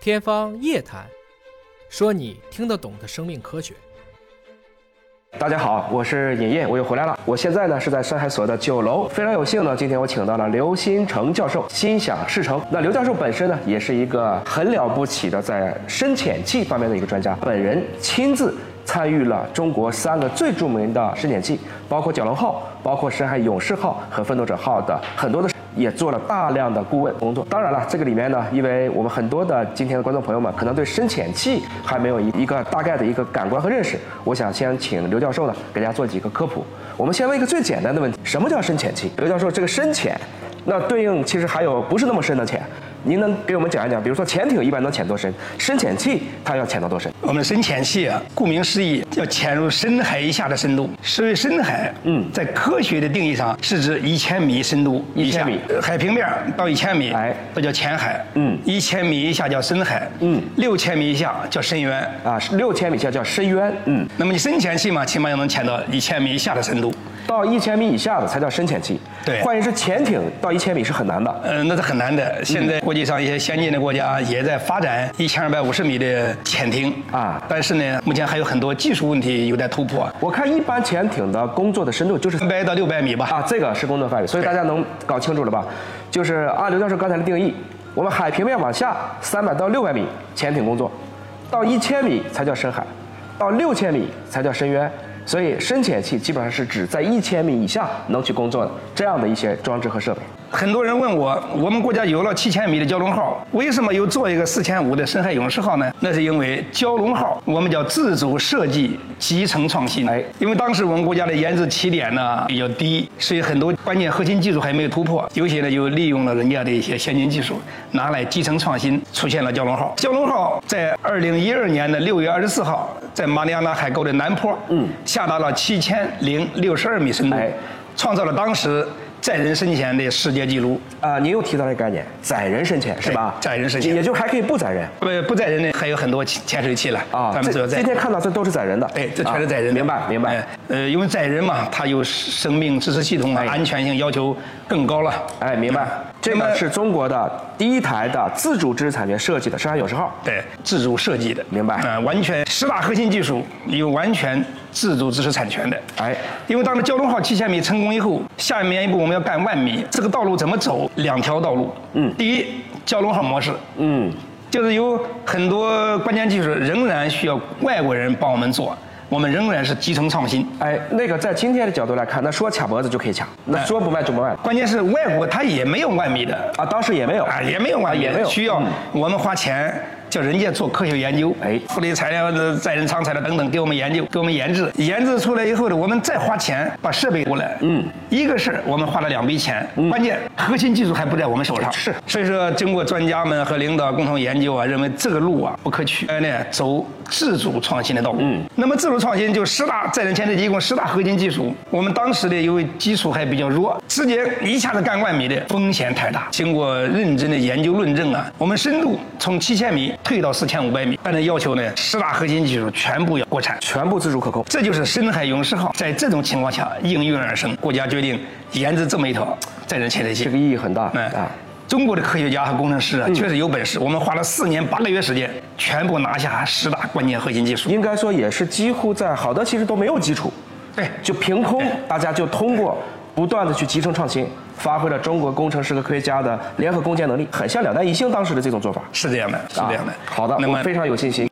天方夜谭，说你听得懂的生命科学。大家好，我是尹烨，我又回来了。我现在呢是在山海所的九楼，非常有幸呢，今天我请到了刘新成教授，心想事成。那刘教授本身呢，也是一个很了不起的在深潜器方面的一个专家，本人亲自参与了中国三个最著名的深潜器，包括蛟龙号、包括深海勇士号和奋斗者号的很多的。也做了大量的顾问工作。当然了，这个里面呢，因为我们很多的今天的观众朋友们可能对深潜器还没有一一个大概的一个感官和认识，我想先请刘教授呢给大家做几个科普。我们先问一个最简单的问题：什么叫深潜器？刘教授，这个深潜，那对应其实还有不是那么深的潜。您能给我们讲一讲，比如说潜艇一般能潜多深，深潜器它要潜到多深？我们的深潜器啊，顾名思义，要潜入深海以下的深度。所谓深海，嗯在科学的定义上是指一千米深度以下， 1000米呃海平面到一千米，哎这叫浅海，嗯一千米以下叫深海，嗯六千米以下叫深渊。啊，六千米以下叫深渊，嗯，那么你深潜器嘛，起码要能潜到一千米以下的深度。到一千米以下的才叫深潜器。对换言之，潜艇到一千米是很难的。呃，那是很难嗯的。现在国际上一些先进的国家啊也在发展一千二百五十米的潜艇啊但是呢，目前还有很多技术问题有待突破，啊我看一般潜艇的工作的深度就是三百到六百米吧。啊，这个是工作范围，所以大家能搞清楚了吧？就是按刘教授刚才的定义，我们海平面往下三百到六百米潜艇工作，到一千米才叫深海，到六千米才叫深渊。所以深潜器基本上是指在一千米以下能去工作的这样的一些装置和设备。很多人问我，我们国家有了七千米的蛟龙号，为什么又做一个四千五的深海勇士号呢？那是因为蛟龙号我们叫自主设计、集成创新。哎因为当时我们国家的研制起点呢比较低，所以很多关键核心技术还没有突破，有些呢就利用了人家的一些先进技术，拿来集成创新，出现了蛟龙号。蛟龙号在二零一二年的六月二十四号，在马里亚纳海沟的南坡，嗯下达了七千零六十二米深度，哎创造了当时载人深潜的世界纪录。啊、您又提到了一个概念，载人深潜是吧？载人深潜也就是还可以不载人不呃不载人呢，还有很多潜潜水器了啊。咱这们只要载今。天看到这都是载人的，对，这全是载人的、啊明白明白。哎呃，因为载人嘛，它有生命支持系统啊，哎安全性要求更高了。嗯哎，明白。这那个么是中国的第一台的自主知识产权设计的深海勇士号。对，自主设计的，明白呃，完全十大核心技术有完全自主知识产权的。哎，因为当时蛟龙号七千米成功以后，下面一步我们要干万米，这个道路怎么走？两条道路。嗯第一，蛟龙号模式，嗯，就是有很多关键技术仍然需要外国人帮我们做，我们仍然是集成创新。哎，那个在今天的角度来看，那说卡脖子就可以卡，那哎说不卖就不卖了关键是外国它也没有万米的啊。当时也没有，啊，也没有万米也没有需要嗯我们花钱叫人家做科学研究，哎复利材料的、载人舱材料等等，给我们研究，给我们研制，研制出来以后呢，我们再花钱把设备过来。嗯，一个是我们花了两笔钱，关键核心技术还不在我们手上。是所以说经过专家们和领导共同研究啊，认为这个路啊不可取，哎呢走自主创新的道路。嗯，那么自主创新就十大载人潜水机一共十大核心技术，我们当时的因为基础还比较弱，直接一下子干万米的风险太大。经过认真的研究论证啊，我们深度从七千米退到四千五百米，但是要求呢十大核心技术全部要国产。全部自主可控。这就是深海勇士号在这种情况下应运而生，国家决定研制这么一条载人潜水器这个。意义很大哎啊！嗯中国的科学家和工程师啊，确实有本事。我们花了四年八个月时间，全部拿下十大关键核心技术。应该说也是几乎在好多其实都没有基础，对，就凭空，大家就通过不断的去集成创新，发挥了中国工程师和科学家的联合攻坚能力，很像两弹一星当时的这种做法。是这样的，是这样的。啊好的，那我么非常有信心。